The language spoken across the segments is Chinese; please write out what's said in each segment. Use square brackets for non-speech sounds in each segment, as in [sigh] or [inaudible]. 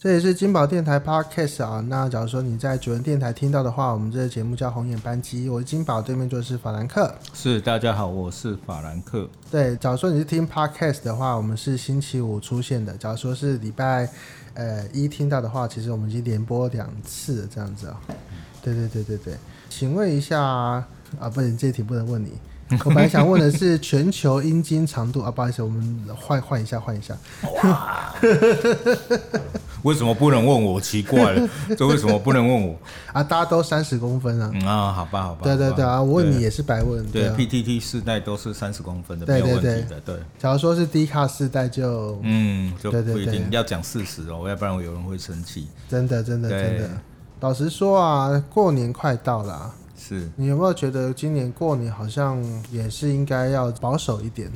这也是金宝电台 Podcast 啊。那假如说你在主人电台听到的话，我们这个节目叫红眼班机，我是金宝，对面就是法兰克。是，大家好，我是法兰克。对，假如说你是听 Podcast 的话，我们是星期五出现的；假如说是礼拜呃一听到的话，其实我们已经连播两次了这样子啊、对对对对对，请问一下啊，不行，这题不能问 [laughs] 你。我本来想问的是全球阴茎长度啊，不好意思，我们换换一下，换一下。为什么不能问我？奇怪 [laughs] 了，这为什么不能问我？啊，大家都三十公分啊。嗯啊，好吧，好吧。对对好吧对啊，我问你也是白问。对啊。 PTT 世代都是三十公分的，对没有对问题的。对，假如说是低卡世代就，嗯，就对对不一定对要讲事实哦，要不然我有人会生气。真的真的对真的。老实说啊，过年快到了啊、是，你有没有觉得今年过年好像也是应该要保守一点？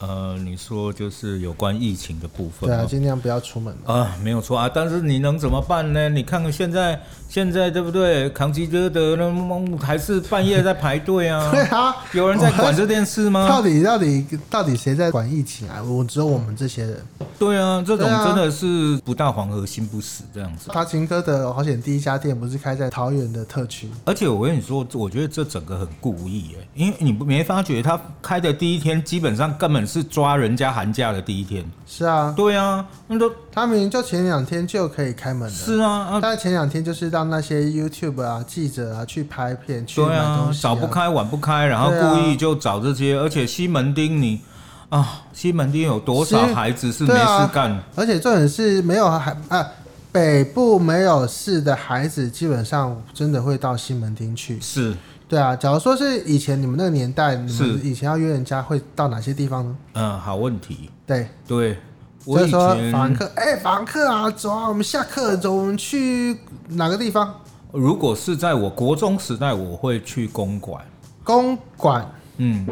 呃，你说就是有关疫情的部分对啊，哦尽量不要出门了。啊，没有错啊，但是你能怎么办呢？你看看现在，现在对不对？扛吉德德那么还是半夜在排队 [laughs] 啊对？啊，有人在管这件事到吗？底到底到底谁在管疫情啊？我只有我们这些人。对啊，这种对啊真的是不到黄河心不死这样子。达勤哥的好险第一家店不是开在桃园的特区？而且我跟你说，我觉得这整个很故意哎，因为你没发觉他开的第一天，基本上根本是抓人家寒假的第一天。是啊，对啊，那都他明明就前两天就可以开门了。是啊，啊，但前两天就是让那些 YouTube 啊、记者啊去拍片、去对买啊东，西、啊早不开晚不开，然后对啊故意就找这些，而且西门町你啊，西门町有多少是孩子是没对啊事干？而且重点是没有孩啊，北部没有市的孩子，基本上真的会到西门町去。是，对啊，假如说是以前你们那个年代，你是们以前要约人家会到哪些地方呢？嗯，好问题，对，对。我所以以说法兰前克，哎、法兰克啊，走啊，我们下课走，我们去哪个地方？如果是在我国中时代，我会去公馆。公馆。嗯，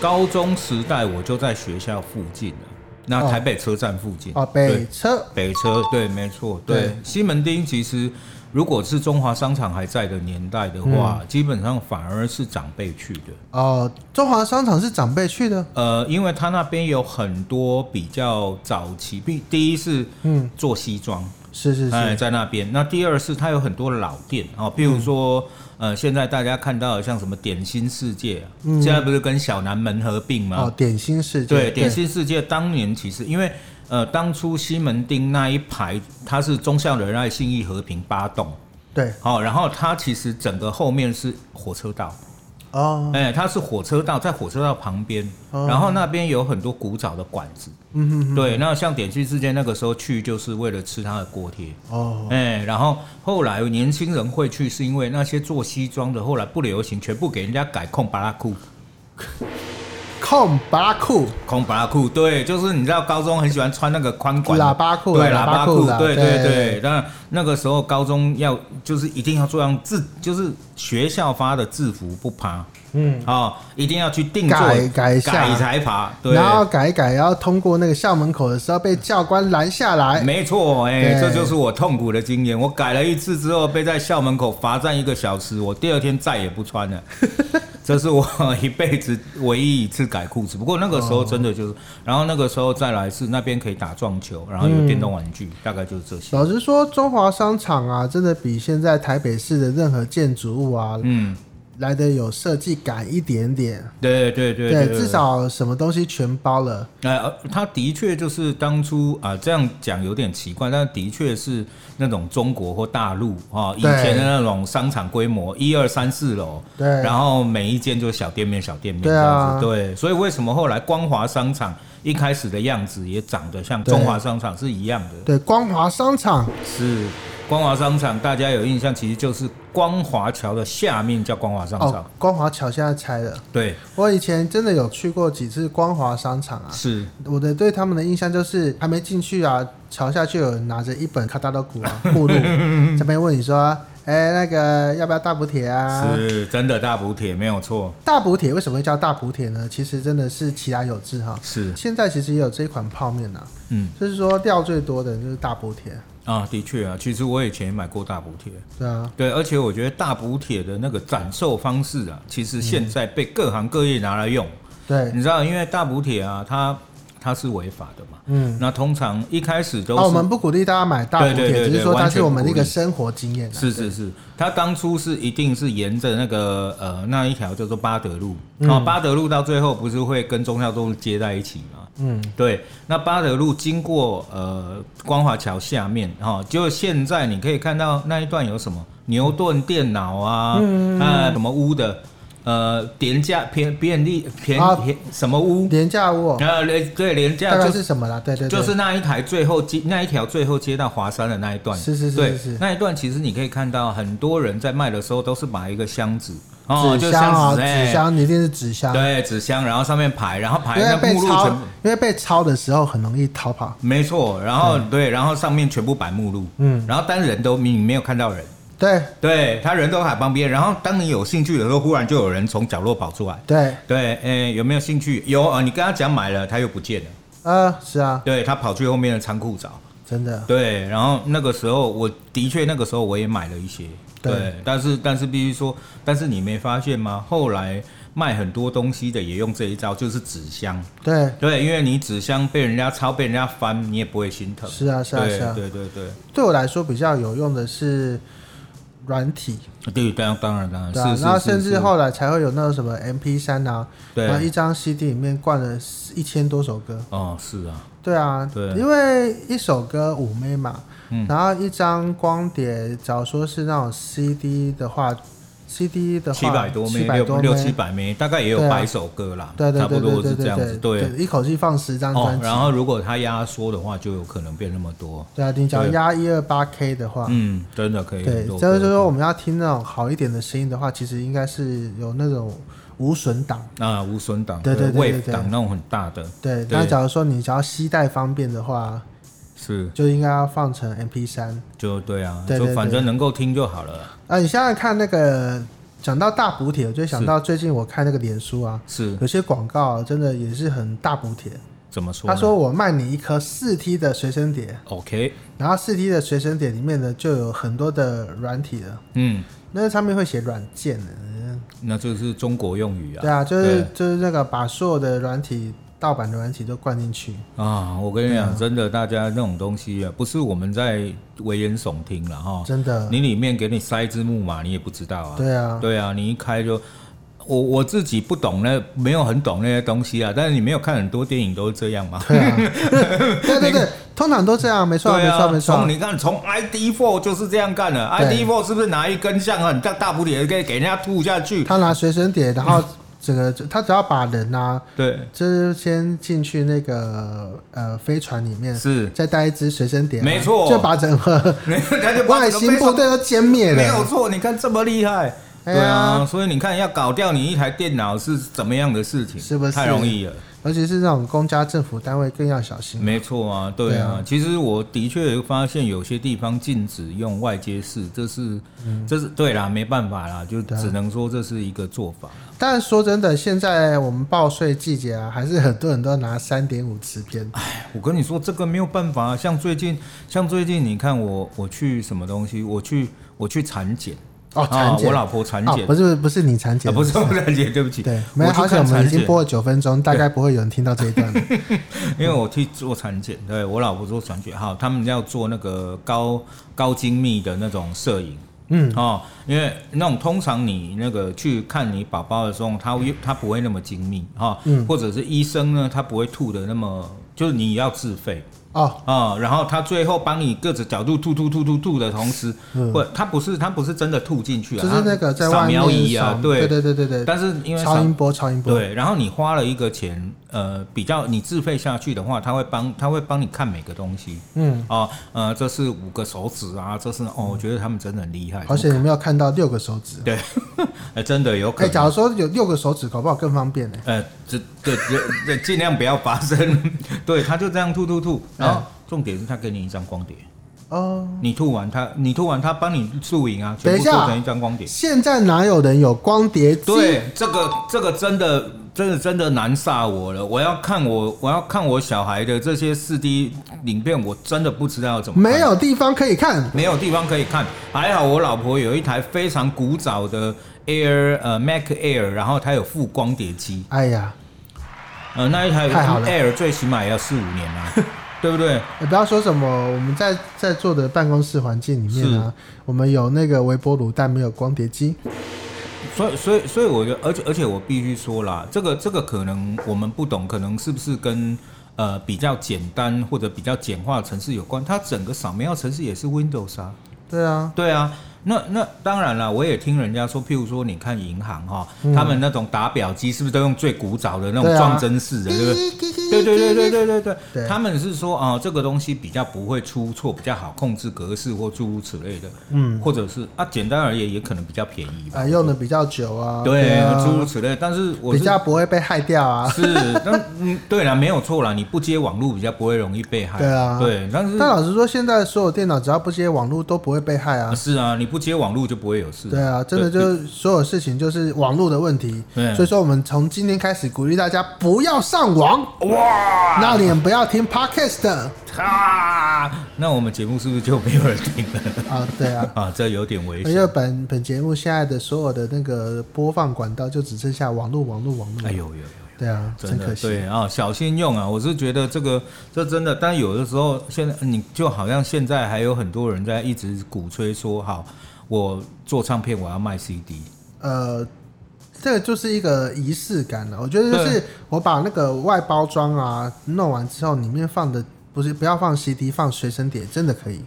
高中时代我就在学校附近了，那台北车站附近哦，对北车北车对，没错，对对西门町其实如果是中华商场还在的年代的话，嗯基本上反而是长辈去的。哦，中华商场是长辈去的，呃，因为他那边有很多比较早期，第第一是嗯，做西装，是是是，哎，在那边。那第二是它有很多老店哦，譬如说，呃，现在大家看到的像什么点心世界、啊，嗯现在不是跟小南门合并吗？哦，点心世界，对，点心世界当年其实因为呃，当初西门町那一排它是忠孝仁爱信义和平八栋，对，好、然后它其实整个后面是火车道，哦，哎、它是火车道，在火车道旁边，哦然后那边有很多古早的馆子，嗯哼哼，对，那像点心世界那个时候去就是为了吃它的锅贴。哦，哎、然后后来年轻人会去，是因为那些做西装的后来不流行，全部给人家改控巴拉裤。控巴裤，空巴拉裤，对，就是你知道高中很喜欢穿那个宽管喇叭裤对喇叭喇叭裤裤啦，对对对对。那那个时候高中要就是一定要做样制，就是学校发的制服不爬嗯，哦，一定要去定做改改一下改才爬，对，然后改一改，然后通过那个校门口的时候被教官拦下来，没错，哎、对这就是我痛苦的经验。我改了一次之后，被在校门口罚站一个小时，我第二天再也不穿 [laughs] 了。这是我一辈子唯一一次改裤子。不过那个时候真的就是，然后那个时候再来是那边可以打撞球，然后有电动玩具，哦大概就是这些。老实说，中华商场啊，真的比现在台北市的任何建筑物啊，嗯，来的有设计感一点点。对对对对，至少什么东西全包了。呃，他的确就是当初啊、这样讲有点奇怪，但的确是那种中国或大陆啊、以对前的那种商场规模，一二三四楼，对然后每一间就是小店面、小店面对这样啊子，对，所以为什么后来光华商场一开始的样子也长得像对中华商场是一样的？对，光华商场，是光华商场，大家有印象，其实就是光华桥的下面叫光华商场，哦，光华桥现在拆了。对，我以前真的有去过几次光华商场啊，是。我的对他们的印象就是还没进去啊，桥下就有人拿着一本《卡达洛古》 [laughs] 啊，目录，这边问你说，哎、那个要不要大补铁啊？是真的大补贴，没有错，大补铁为什么会叫大补铁呢？其实真的是其来有志哈。是，现在其实也有这一款泡面呐、啊，嗯，就是说料最多的就是大补铁，啊，的确啊，其实我以前也买过大补贴，对啊，对，而且我觉得大补贴的那个展售方式啊，其实现在被各行各业拿来用。嗯对，你知道，因为大补贴啊，它它是违法的嘛。嗯，那通常一开始都啊，我是们不鼓励大家买大补对对对贴，对只是说它完全是我们的一不个鼓励生活经验啊。是是是，他当初是一定是沿着那个呃那一条叫做巴德路嗯啊、哦巴德路到最后不是会跟忠孝东路接在一起吗？嗯，对，那巴德路经过呃光华桥下面哈、哦，就现在你可以看到那一段有什么牛顿电脑啊，嗯、啊什么屋的呃廉价便便利便、啊便什么屋，廉价物哦呃廉对廉大价就概是是什么啦？对对，对就是那一台最后接那一条最后接到华山的那一段，是是是对是是那一段其实你可以看到很多人在卖的时候都是把一个箱子哦，就纸箱啊，子纸哎箱一定是纸箱，对纸箱，然后上面排，然后排因为那被目录抄全部，因为被抄的时候很容易逃跑。没错，然后对，然后上面全部摆目录，嗯，然后但人都你没有看到人，对对他人都还旁边，然后当你有兴趣的时候，忽然就有人从角落跑出来，对，对，哎，有没有兴趣？有啊，呃你跟他讲买了，他又不见了，呃，是啊，对他跑去后面的仓库找。真的，对，然后那个时候我的确那个时候我也买了一些，对对，但是但是必须说，但是你没发现吗？后来卖很多东西的也用这一招，就是纸箱，对，对，因为你纸箱被人家抄、被人家翻，你也不会心疼。是啊，是啊，对是啊。对对对对我来说比较有用的是软体，对，当然当然当然，对啊，是是然后是甚是至后来才会有那个什么 MP 三啊，对然后一张 CD 里面灌了一千多首歌，哦是啊，对啊，对因为一首歌五枚嘛，嗯然后一张光碟，假如说是那种 CD 的话，CD 的话七百多枚， 700六多六七枚百枚，大概也有对啊百首歌啦，对对差对不对多对是这对样子，对，对一口气放十张哦专，辑，然后如果它压缩的话，就有可能变那么多，对啊，你只要对压一二八 K 的话，嗯，真的可以对很，多这就是歌说我们要听那种好一点的声音的话，其实应该是有那种无损档。啊，无损档，对对对对 wave 对档那种很大的，对，对那假如说你只要携带方便的话，是就应该要放成 MP 三。就对啊，对对就反正能够听就好了，啊，你想想看，那个讲到大补贴，我就想是到最近我看那个脸书啊，是有些广告啊真的也是很大补贴。怎么说呢？他说我卖你一颗四 T 的随身碟， OK，然后四 T 的随身碟里面呢就有很多的软体了，嗯，那上面会写软件的。嗯那就是中国用语啊，对啊，就是就是那个把所有的软体盗版的软体都灌进去。啊，我跟你讲，真的，大家那种东西啊，不是我们在危言耸听了哈，真的，你里面给你塞一只木马，你也不知道啊，对啊，对啊，你一开就。我我自己不懂那没有很懂那些东西啊，但是你没有看很多电影都是这样吗？对啊，对对对，通常都这样，没错，对没错，啊，没错从。你看，从 ID Four 就是这样干的。对 ID Four 是不是拿一根像很大大补铁给给人家吐下去？他拿随身碟，然后整个他只要把人啊，对， [laughs] 就是先进去那个呃飞船里面，是，再带一只随身碟啊，没错就把整 [laughs] 个他就把外整个星飞部船队都歼灭没有了。错。你看这么厉害，哎对呀啊，所以你看要搞掉你一台电脑是怎么样的事情？是不是太容易了？尤其是那种公家政府单位更要小心。没错啊，对对啊。啊其实我的确发现有些地方禁止用外接式，这是这是对啦，没办法啦，就嗯对啊只能说这是一个做法。但说真的，现在我们报税季节啊，还是很多人都拿三点五磁片。我跟你说，这个没有办法。像最近，像最近，你看我我去什么东西？我去我去产检哦，产啊，我检老婆产哦检，不是不是你产啊检，不是我产检，对不起，对，没我有，去好险看我们产已经检，播了九分钟，大概不会有人听到这一段了。因为我去做产检，对我老婆做产检，好，他们要做那个高高精密的那种摄影。嗯，哦，因为那种通常你那个去看你宝宝的时候，他会他不会那么精密哈，哦嗯或者是医生呢，他不会吐的那么，就是你要自费，哦，啊、然后他最后帮你各种角度吐吐吐吐吐的同时，嗯不，他不是他不是真的吐进去就啊，是那个它在外扫面描仪扫，啊对对对对对对，但是因为超扫音波超音波，对，然后你花了一个钱，呃，比较你自费下去的话，他会帮他会帮你看每个东西嗯，啊、呃，这是五个手指啊，这是哦，我觉得他们真的很厉害，好险你没有看到六个手指。对， [laughs] 呃，真的有可哎，能。假如说有六个手指，搞不好更方便呢。呃，这这这这尽量不要发生。 [laughs] 对，他就这样吐吐吐，然嗯后重点是他给你一张光碟，哦，你吐完它，你吐完它帮你录影啊，等全一部下做成一张光碟。现在哪有人有光碟机？对，这个这个真的真的真的难煞我了。我要看我我要看我小孩的这些四 D 影片，我真的不知道要怎么看没有地方可以看。没有地方可以看。还好我老婆有一台非常古早的 Air 呃 Mac Air，然后它有附光碟机。哎呀，呃，那一台太好了 Air 最起码也要四五年 [laughs] 啦、对不对？也不要说什么，我们在在座的办公室环境里面啊，我们有那个微波炉，但没有光碟机。所以，所以，所以，我觉得，而且，而且，我必须说啦，这个，这个可能我们不懂，可能是不是跟呃比较简单或者比较简化的城市有关？它整个扫描城市也是 Windows 啊，对啊，对啊。那那当然了，我也听人家说，譬如说，你看银行哈、他们那种打表机是不是都用最古早的嗯那对种啊撞针式的，对不对？对对对对对对对，对他们是说啊、这个东西比较不会出错，比较好控制格式或诸如此类的，嗯，或者是啊，简单而言也可能比较便宜吧。啊，用的比较久啊，对，啊诸如此类。但是我比是较不会被害掉啊。 [laughs] 是，那嗯，对了，没有错啦，你不接网络比较不会容易被害。对啊对，但是但老实说，现在所有电脑只要不接网络都不会被害啊啊。是啊，你不接网络就不会有事。对啊，真的就是所有事情就是网络的问题。对所以说，我们从今天开始鼓励大家不要上网，哇那你们不要听 podcast 的 [laughs] 啊，那我们节目是不是就没有人听了？ [laughs] 啊。对啊，啊，这有点危因为险。本本节目现在的所有的那个播放管道就只剩下网络，网络，网络。哎呦呦。对啊，真真可的惜。对啊、小心用啊！我是觉得这个这真的，但有的时候现在你就好像现在还有很多人在一直鼓吹说，好，我做唱片我要卖 CD，呃，这个就是一个仪式感啊了。我觉得就是我把那个外包装啊弄完之后，里面放的不是不要放 CD，放随身碟，真的可以。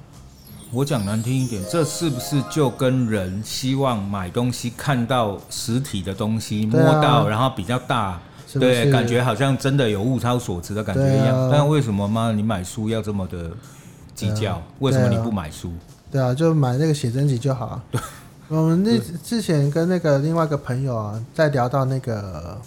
我讲难听一点，这是不是就跟人希望买东西看到实体的东西，对摸啊到然后比较大，是不是对，感觉好像真的有物超所值的感觉一样。对啊但为什么妈你买书要这么的计较？为什么你不买书？对啊，就买那个写真集就好。对，我们那之前跟那个另外一个朋友啊，在聊到那个，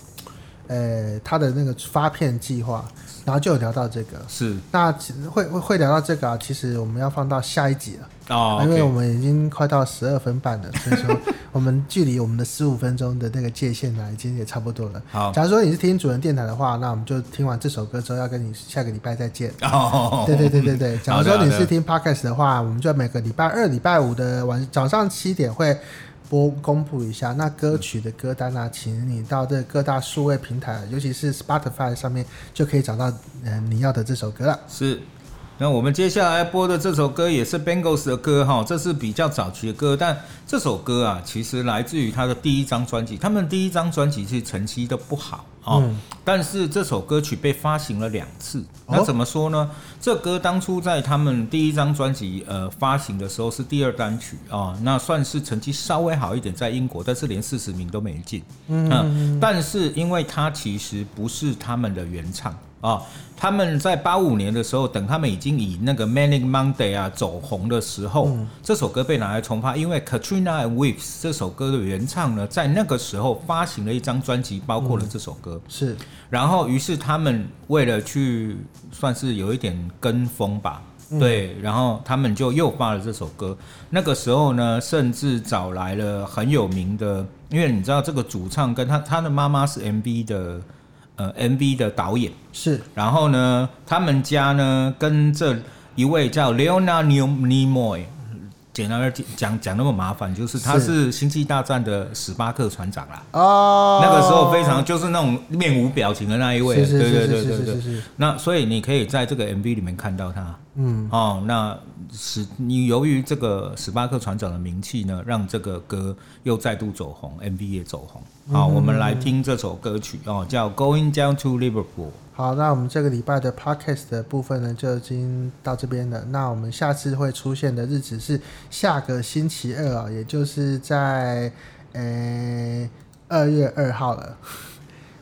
呃，他的那个发片计划，然后就有聊到这个。是那其实会会会聊到这个啊，其实我们要放到下一集了，哦因为我，OK，们已经快到十二分半了，所 [laughs] 以说我们距离我们的十五分钟的那个界限呢、啊已经也差不多了。好，假如说你是听主人电台的话，那我们就听完这首歌之后，要跟你下个礼拜再见。哦， [laughs] 对对对对 [laughs] 对，假如说好的你好是的听 podcast 的话，我们就每个礼拜二、礼拜五的晚早上七点会播公布一下。那歌曲的歌单啊，请你到这各大数位平台，尤其是 Spotify 上面就可以找到呃你要的这首歌了。是。那我们接下来播的这首歌也是 Bangles 的歌哈，这是比较早期的歌，但这首歌啊，其实来自于他的第一张专辑。他们第一张专辑是成绩都不好哦，但是这首歌曲被发行了两次。哦那怎么说呢？这歌当初在他们第一张专辑呃发行的时候是第二单曲啊、哦那算是成绩稍微好一点，在英国，但是连四十名都没进。嗯，但是因为它其实不是他们的原唱啊、他们在八五年的时候，等他们已经以那个 Manic Monday 啊走红的时候，这首歌被拿来重发，因为 Katrina and Waves 这首歌的原唱呢，在那个时候发行了一张专辑，包括了这首歌。是，然后，于是他们为了去算是有一点跟风吧，对，然后他们就又发了这首歌。那个时候呢，甚至找来了很有名的，因为你知道这个主唱跟他他的妈妈是 MV 的呃 MV 的导演，是然后呢，他们家呢跟这一位叫 Leona Nimoy。简单而讲讲讲那么麻烦，就是他是《星际大战》的史巴克船长啦。哦，那个时候非常就是那种面无表情的那一位，是是对对是对是对是对是。是，那所以你可以在这个 MV 里面看到他。嗯，哦，那史你由于这个史巴克船长的名气呢，让这个歌又再度走红，MV 也走红。嗯好、我们来听这首歌曲哦，叫《Going Down to Liverpool》。好，那我们这个礼拜的 podcast 的部分呢，就已经到这边了。那我们下次会出现的日子是下个星期二啊、也就是在呃二月二号了。 [laughs]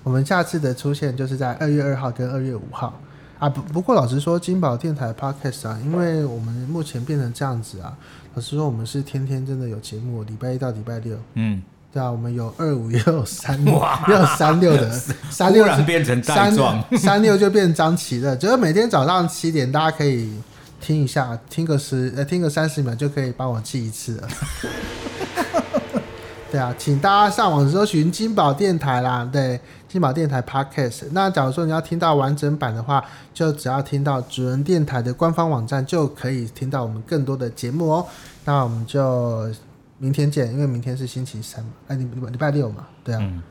我们下次的出现就是在二月二号跟二月五号啊。不不过老实说，金宝电台 podcast 啊，因为我们目前变成这样子啊，老实说我们是天天真的有节目，礼拜一到礼拜六。嗯，对啊，我们有二五，也有三六，也有三六 [laughs] 的，三六忽然变成带状，三 [laughs] 三六就变张琪了，就是每天早上七点，大家可以听一下，听个十呃听个三十秒就可以帮我记一次了。 [laughs] 对啊，请大家上网搜寻金宝电台啦，对，金宝电台 Podcast。那假如说你要听到完整版的话，就只要听到主人电台的官方网站就可以听到我们更多的节目哦。那我们就明天见，因为明天是星期三嘛，哎，礼礼拜六嘛，对啊。嗯